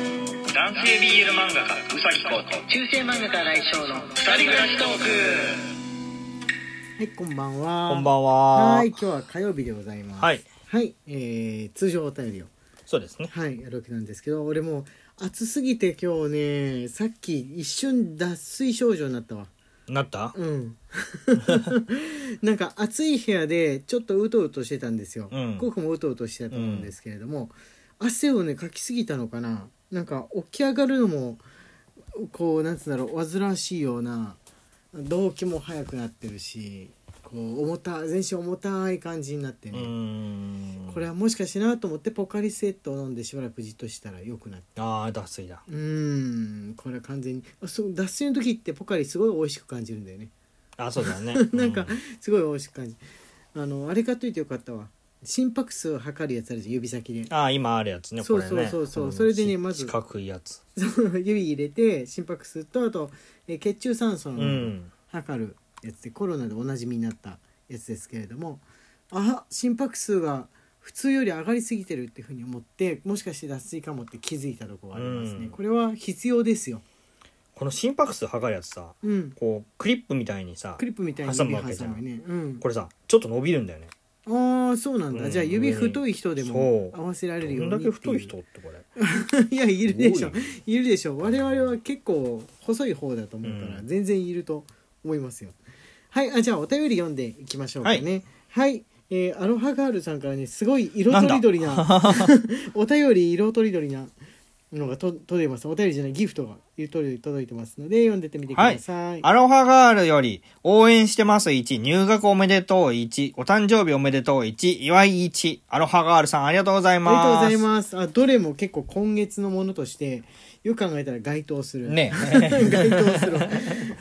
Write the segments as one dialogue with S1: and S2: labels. S1: 男性 BL 漫画家うさぎこと
S2: 中世漫画家来翔の
S1: 二人暮らしトーク
S3: はい、こんばんは。
S4: こんばんは。
S3: はい、今日は火曜日でございます。
S4: はい。
S3: はい、えー、通常お便りを、
S4: そうですね。
S3: はい、やるわけなんですけど、俺もう暑すぎて今日ね、さっき一瞬脱水症状になったわ。
S4: なった
S3: うん。 なんか暑い部屋でちょっとうとうとしてたんですよ。
S4: うん
S3: 僕もうとうとしてたと思うんですけれども、汗をね、かきすぎたのかな。なんか起き上がるのも、こう、なんつうんだろう、煩わしいような、動悸も早くなってるし、こう、重た、全身重たい感じになって
S4: う
S3: ね。
S4: ーん。
S3: これはもしかしてなと思ってポカリスエットを飲んでしばらくじっとしたら良くなって
S4: ああ、脱水だ。
S3: うーんこれは完全にあそう脱水の時ってポカリすごい美味しく感じるんだよね
S4: あそうだね。
S3: なんか
S4: う
S3: すごい美味しく感じあのあれ買っといてよかったわ心拍数を測るやつあるじゃん指先で
S4: ああ、今あるやつね、
S3: そう
S4: これね。
S3: そうそうそうんそれでねまず
S4: 四角いやつ。
S3: その指入れて心拍数とあとえ血中酸素
S4: う
S3: の
S4: ん。
S3: 測るやつで、コロナでおなじみになったやつですけれどもあ心拍数が普通より上がりすぎてるっていうふうに思ってもしかして脱水かもって気づいたところがありますね、
S4: うん
S3: これは必要ですよ
S4: この心拍数測るやつさ、
S3: うん
S4: こう、クリップみたいにさ
S3: ク、リップみたいに
S4: 挟
S3: 指
S4: む
S3: 挟
S4: わけじゃん
S3: むね、うん、
S4: これさ、ちょっと伸びるんだよね。
S3: ああそうなんだ、
S4: うん
S3: じゃあ指太い人でも
S4: そう
S3: 合わせら
S4: ど
S3: れるようんに
S4: だ
S3: ってい
S4: け
S3: う
S4: 太い人ってこれ。
S3: いやいるでしょ
S4: すごいよ
S3: いるでしょ我々は結構細い方だと思うから、
S4: うん
S3: 全然いると思いますよはいあじゃあお便り読んでいきましょうかねはい、えーアロハガールさんからねすごい色とりどりな お便り色とりどりなのがと届いてますお便りじゃないギフトが色とりどり届いてますので読んでってみてください、
S4: アロハガールより、応援してます1、入学おめでとう1、お誕生日おめでとう1、祝い1、アロハガールさんありがとうござい
S3: ありがとう
S4: ます。
S3: ございますあどれも結構今月のものとしてよく考えたら該当する
S4: ね
S3: 該当する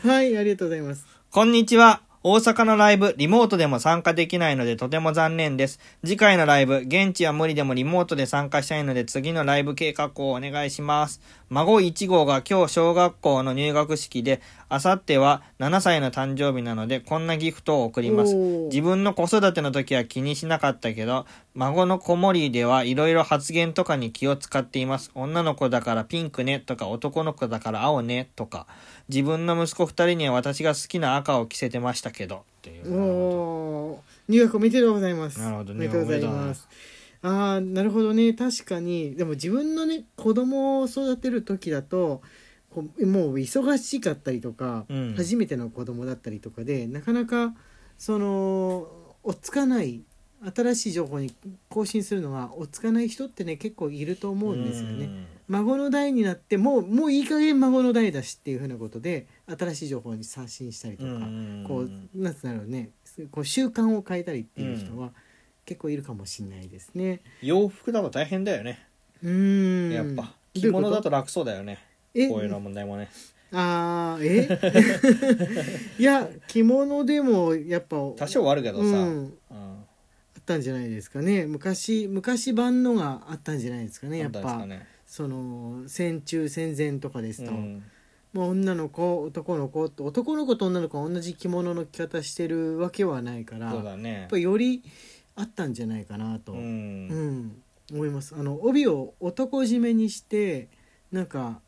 S3: はいありがとうございます
S4: こんにちは。大阪のライブ、リモートでも参加できないのでとても残念です。次回のライブ、現地は無理でもリモートで参加したいので次のライブ計画をお願いします。孫1号が今日小学校の入学式で、あさっては7歳の誕生日なのでこんなギフトを送ります。
S3: おー
S4: 自分の子育ての時は気にしなかったけど、孫の子守りではいろいろ発言とかに気を使っています。女の子だからピンクねとか男の子だから青ねとか。自分の息子二人には私が好きな赤を着せてましたけど。ってい
S3: お
S4: う。
S3: おー入学おめでとうございます。
S4: なるほどね
S3: おめでとうござい
S4: おめでとうござい
S3: ま
S4: ますす。
S3: ああなるほどね確かにでも自分のね子供を育てる時だとこうもう忙しかったりとか、
S4: うん
S3: 初めての子供だったりとかでなかなかその落ち着かない新しい情報に更新するのは落ち着かない人ってね結構いると思うんですよね。孫の代になってもうもういい加減孫の代だしっていうふうなことで新しい情報に刷新したりと
S4: う
S3: か。
S4: ん。
S3: こうなんつうんだろうねすこう習慣を変えたりっていう人は結構いるかもしれないですね。
S4: 洋服だと大変だよね。
S3: うーん
S4: やっぱ。
S3: どう
S4: 着
S3: いうこ
S4: 物だと楽そうだよね。
S3: え
S4: こういうの問題もね。
S3: あーえ いや着物でもやっぱ
S4: 多少はあるけどさ。
S3: うん、
S4: うん
S3: あったんじゃないですかね昔昔版のがあったんじゃないですかねやっ
S4: あた
S3: ぱ、
S4: んですかね
S3: その戦中戦前とかですと、
S4: うん
S3: もう女の子男の子と男の子と女の子が同じ着物の着方してるわけはないから
S4: そう
S3: やっ
S4: だね。
S3: ぱよりあったんじゃないかなと。
S4: うん
S3: うん、思いますあの帯を男締めにしてなんか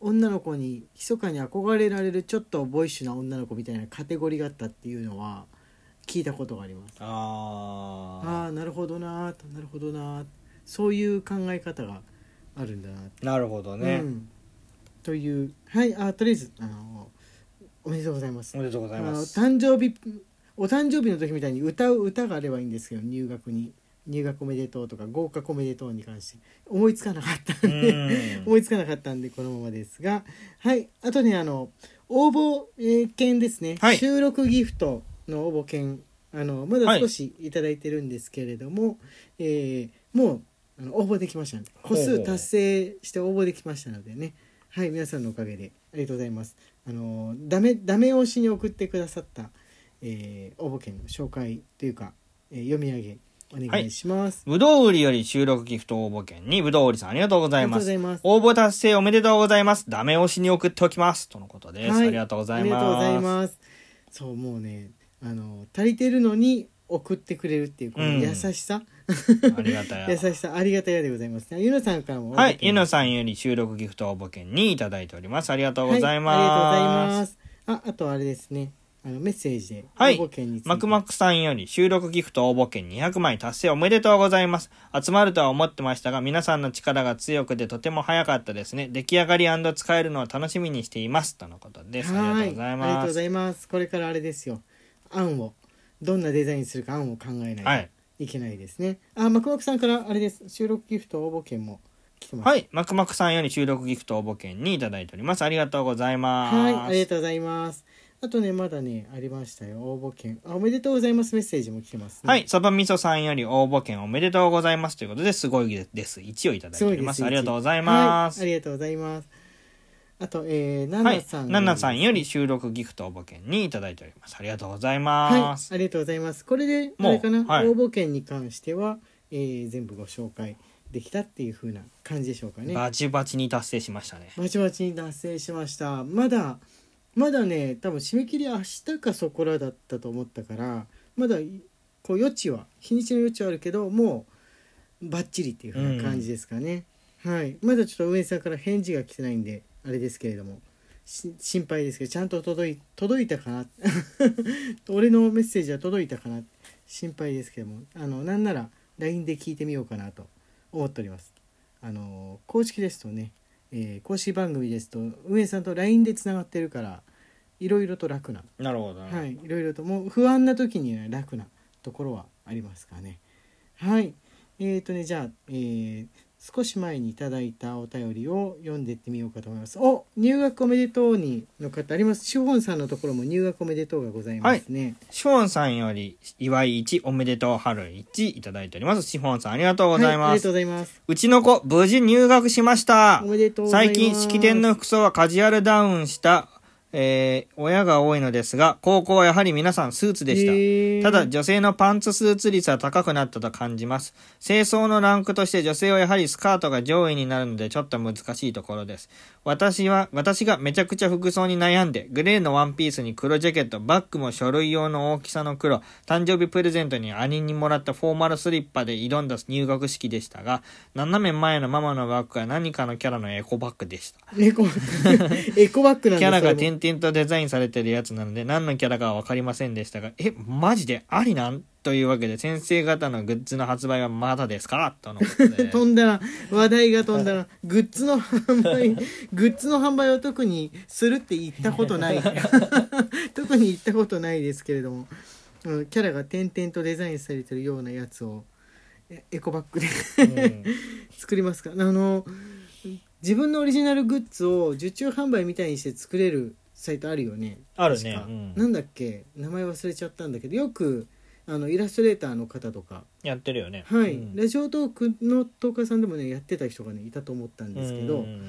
S3: 女の子に密かに憧れられるちょっとボーイッシュな女の子みたいなカテゴリーがあったっていうのは聞いたことがありますあ
S4: あ
S3: あなるほどなーとなるほどなーそういう考え方があるんだな
S4: あなるほど
S3: と
S4: ね、
S3: うん、というはいあとりあえずあのおめでとうございます
S4: おめでとうございます
S3: あの誕生日お誕生日の時みたいに歌う歌があればいいんですけど入学に入学おめでとうとか合格おめでとうに関して思いつかなかったんで、
S4: うん
S3: 思いつかなかったんでこのままですがはいあとねあの応募、えー券ですね、
S4: はい
S3: 収録ギフトの応募券あのまだ少しいただいてるんですけれども、えーもうあの応募できましたので個
S4: ほう
S3: 数
S4: ほう
S3: 達成して応募できましたのでねはい皆さんのおかげでありがとうございますあのダメダメ押しに送ってくださった、えー応募券の紹介というか、えー読み上げお願いします、
S4: ぶどう売りより収録ギフト応募券にぶどう売りさんありがとうございます
S3: ありがとうございます
S4: 応募達成おめでとうございますダメ押しに送っておきますとのことです、
S3: はい
S4: ありがとうござい
S3: ありがとうござい
S4: ます
S3: ますそうもうねあの足りてるのに送ってくれるっていうこの
S4: うん
S3: 優しさ、
S4: ありがた
S3: 優
S4: い。
S3: しさありがたやでございますゆのさんからもお
S4: はい、
S3: 届け
S4: ゆのさんより収録ギフト応募券にいただいております。ありがとうござい
S3: はい、ありがとうござい
S4: ま。
S3: ますすああとあれですねあのメッセージで
S4: はい
S3: 応募券について
S4: マクマクさんより収録ギフト応募券200枚達成おめでとうございます。集まるとは思ってましたが、皆さんの力が強くてとても早かったですね。出来上がり使えるのを楽しみにしています。とのことです。ありがとうござい
S3: はありがとう
S4: ま
S3: ご
S4: す。
S3: ざいますこれからあれですよ案をどんなデザインにするか案を考え
S4: は
S3: ない
S4: い。
S3: といけないですね、あマクマクさんからあれです収録ギフト応募券も来てます
S4: はい、マクマクさんより収録ギフト応募券にいただいております。ありがとうございます。
S3: はい、ありがとうございます。あとね、まだね、ありましたよ。応募券。あおめでとうございます。メッセージも来てます、ね。
S4: はい、。サバ味噌さんより応募券おめでとうございますということで、すごいです。1をいただい
S3: す
S4: て
S3: ご
S4: お
S3: い
S4: り
S3: で。
S4: ますす。ありがとうございます。
S3: はありがとうございます。あと、えー、ナ
S4: は
S3: ナ
S4: い、
S3: さん、
S4: ナナさんより。収録ギフト応募券にいただいております。ありがとうござい
S3: は
S4: ま
S3: い、
S4: す。
S3: ありがとうございます。これで、あ
S4: もう
S3: れかな、
S4: はい
S3: 応募券に関しては、えー、全部ご紹介できたっていう風な感じでしょうかね。
S4: バチバチに達成しましたね。
S3: バチバチに達成しましたまだまだね多分締め切り明日かそこらだったと思ったからまだいこう余地は日にちの余地はあるけどもうバッチリっていう風な感じですかね、はいまだちょっと運営さんから返事が来てないんであれですけれどもし心配ですけどちゃんと届い届いたかな 俺のメッセージは届いたかな心配ですけどもあのなんなら LINE で聞いてみようかなと思っておりますあの公式ですとね、えー公式番組ですと運営さんと LINE でつながってるからいろいろと楽な、
S4: なるほどな。
S3: はいいろいろともう不安な時には楽なところはありますかねはいえー、とねじゃあ、えー少し前にいただいたお便りを読んでいってみようかと思いますお入学おめでとうにの方ありますシフォンさんのところも入学おめでとうがございますね、
S4: シフォンさんより祝い1、おめでとう春1いただいております。シフォンさんありがとうござい
S3: はあ
S4: ま
S3: りが
S4: す。
S3: とうございます
S4: うちの子、無事入学しました
S3: お。めでとうござい
S4: 最
S3: ます
S4: 近式典の服装はカジュアルダウンした、えー親が多いのですが高校はやはり皆さんスーツでした、
S3: へー
S4: ただ女性のパンツスーツ率は高くなったと感じます清掃のランクとして女性はやはりスカートが上位になるのでちょっと難しいところです私は私がめちゃくちゃ服装に悩んでグレーのワンピースに黒ジャケットバッグも書類用の大きさの黒誕生日プレゼントに兄にもらったフォーマルスリッパで挑んだ入学式でしたが斜め前のママのバッグは何かのキャラのエコバッグでした
S3: エコバ ッグエコバッグなん
S4: キ
S3: だ
S4: ャラが
S3: それも
S4: 点々とデザインされてるやつなので何のキャラかは分かりませんでしたが「えマジでありなん?」というわけで先生方のグッズの発売はまだですかとの ことで
S3: 飛んだら話題が飛んだらグッズの販 売グッズの販売を特にするって言ったことない 特に言ったことないですけれどもうんキャラが点々とデザインされてるようなやつをえエコバッグで
S4: うん
S3: 作りますかあの自分のオリジナルグッズを受注販売みたいにして作れるサイトあるよね
S4: あるね
S3: 確か
S4: うん
S3: なんだっけ名前忘れちゃったんだけどよくあのイラストレーターの方とか
S4: やってるよね
S3: はい、
S4: うん
S3: ラジオトークのトーカーさんでもねやってた人がねいたと思ったんですけ
S4: う
S3: ど、
S4: ん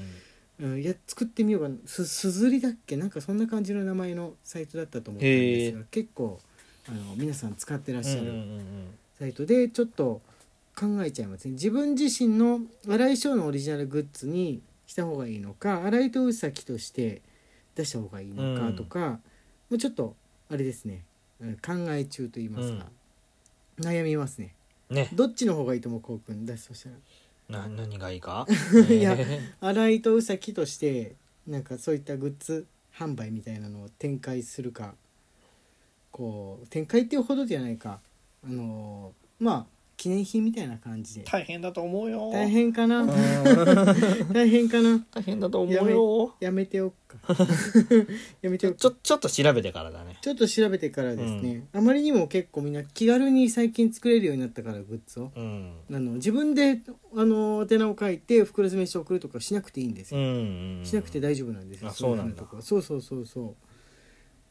S3: うん、いや作ってみようかなすすずりだっけなんかそんな感じの名前のサイトだったと思ったんです
S4: へ
S3: が結構あの皆さん使ってらっ
S4: うんう
S3: し
S4: ん
S3: ゃ
S4: うんう
S3: る
S4: ん
S3: サイトでちょっと考えちゃいますね自分自身の新井翔のオリジナルグッズにした方がいいのか新井とうさきとして出した方がいいのかとか、もうちょっとあれですねうん考え中と言いますか、悩みますね
S4: ね
S3: どっちの方がいいと思うこうくん出すとしたら
S4: な何がいいか
S3: いや
S4: えー
S3: 新井とうさきとしてなんかそういったグッズ販売みたいなのを展開するかこう展開っていうほどじゃないかあのーまあ記念品みたいな感じで
S4: 大変だと思うよ
S3: 大変かな
S4: うん
S3: 大変かな
S4: 大変だと思うよ
S3: やめておくか やめ
S4: ち
S3: てお
S4: ょ
S3: く
S4: ちょちょっと調べてからだね
S3: ちょっと調べてからですね、あまりにも結構みんな気軽に最近作れるようになったからグッズを
S4: うん
S3: あの自分であの宛名を書いて袋詰めして送るとかしなくていいんですよ
S4: うんうんうん
S3: しなくて大丈夫なんですよ、
S4: あそうなんだ
S3: いふとこそうそうそうそ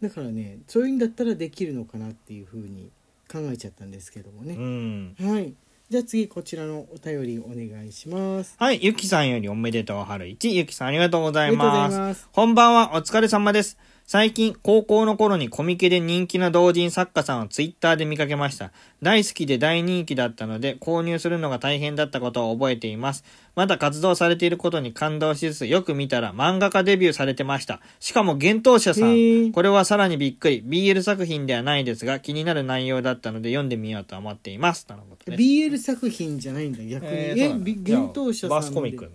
S3: うだからねそういうんだったらできるのかなっていうふうに考えちゃったんですけども
S4: う
S3: ね、
S4: ん
S3: はいじゃあ次こちらのお便りお願いします
S4: はい、ゆきさんよりおめでとう春一ゆきさんありがとうござい
S3: ありがとう
S4: ま
S3: ござ
S4: す
S3: います
S4: 本番はお疲れ様です最近、高校の頃にコミケで人気な同人作家さんをツイッターで見かけました。大好きで大人気だったので、購入するのが大変だったことを覚えています。まだ活動されていることに感動しつつ、よく見たら漫画家デビューされてました。しかも、幻冬者さ
S3: へ
S4: ん。
S3: ー
S4: これはさらにびっくり。BL 作品ではないですが、気になる内容だったので、読んでみようと思っています。とのことです。
S3: BL 作品じゃないんだ逆に、
S4: え
S3: え
S4: ーそうなんだ
S3: び
S4: じゃあ
S3: 幻冬者さんで
S4: バースコミック。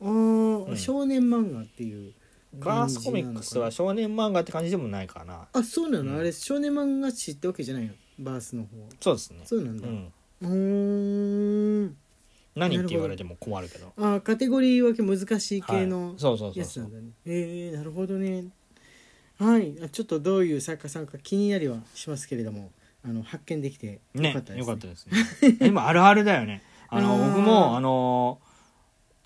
S3: あー、
S4: うん
S3: 少年漫画っていう
S4: バー
S3: 感じな
S4: ス
S3: のかな
S4: コミックスは少年漫画って感じでもないかな。
S3: あそうなの、
S4: うん
S3: あれ少年漫画誌ってわけじゃないのバースの方は
S4: そうですね。
S3: そうなん
S4: う
S3: だ
S4: ん。
S3: うーん
S4: 何って言われても困るけど。
S3: あーカテゴリー分け難しい系
S4: は
S3: の
S4: いそうそうそう
S3: やつ
S4: そ
S3: なん
S4: う。
S3: だね、えー、なるほどねはいあちょっとどういう作家さんか気になりはしますけれどもあの発見できてよ
S4: ね
S3: かったです、、
S4: よかったですね。今あるあるだよね。あの
S3: あー
S4: 僕もあの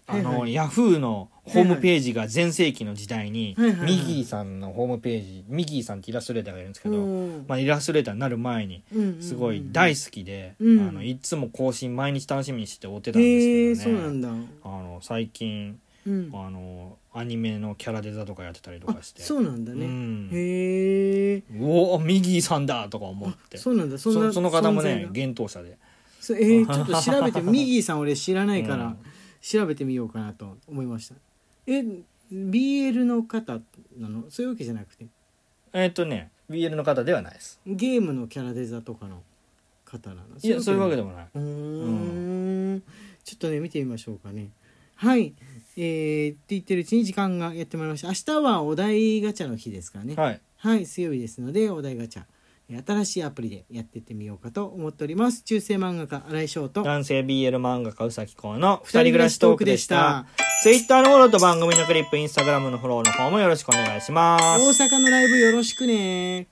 S4: あ
S3: はい
S4: の
S3: はい
S4: ヤフーのホームページが全盛期の時代に
S3: はいはいはい
S4: ミギーさんのホームページミギーさんってイラストレーターがいるんですけ
S3: う
S4: ど、
S3: ん
S4: まあイラストレーターになる前に
S3: うんうんうん
S4: すごい大好きで、
S3: うん
S4: あのいつも更新毎日楽しみにして追ってたん
S3: へえ
S4: で
S3: ー、
S4: すけ
S3: そ
S4: ど
S3: う
S4: ね。
S3: なんだ、
S4: あの最近
S3: うん、あ
S4: あのアニメのキャラデザとかやってたりとかして、
S3: そうなんだね、
S4: うん
S3: へえ
S4: うおーミギーさんだとか思って。
S3: そうなんだそ
S4: そ
S3: んな
S4: その方も
S3: 存在
S4: ね
S3: が
S4: 幻冬者で
S3: そうえ ー、ちょっと調べてミギーさん俺知らないか
S4: う
S3: ら
S4: ん
S3: 調べてみようかなと思いましたえ BL の方なのそういうわけじゃなくて
S4: えーっとね BL の方ではないです
S3: ゲームのキャラデザとかの方なの
S4: いやそういうわけで
S3: も
S4: もないう
S3: ーんちょっとね見てみましょうかねはいえー、って言ってるうちに時間がやってまいりました明日はお題ガチャの日ですからね
S4: はい
S3: はい、水曜日ですので、お題ガチャ、えー新しいアプリでやっていってみようかと思っております。中世漫画家、荒井翔と、
S4: 男性 BL 漫画家うさきこうの二
S3: 二
S4: 人
S3: 人
S4: 暮
S3: 暮
S4: ら
S3: ら
S4: し
S3: し
S4: ト
S3: ト
S4: ー
S3: ー
S4: ク
S3: ク
S4: で
S3: で
S4: し
S3: したた
S4: Twitter のフォローと番組のクリップ Instagram のフォローの方もよろしくお願いしま
S3: 大
S4: す
S3: 阪のライブよろしくね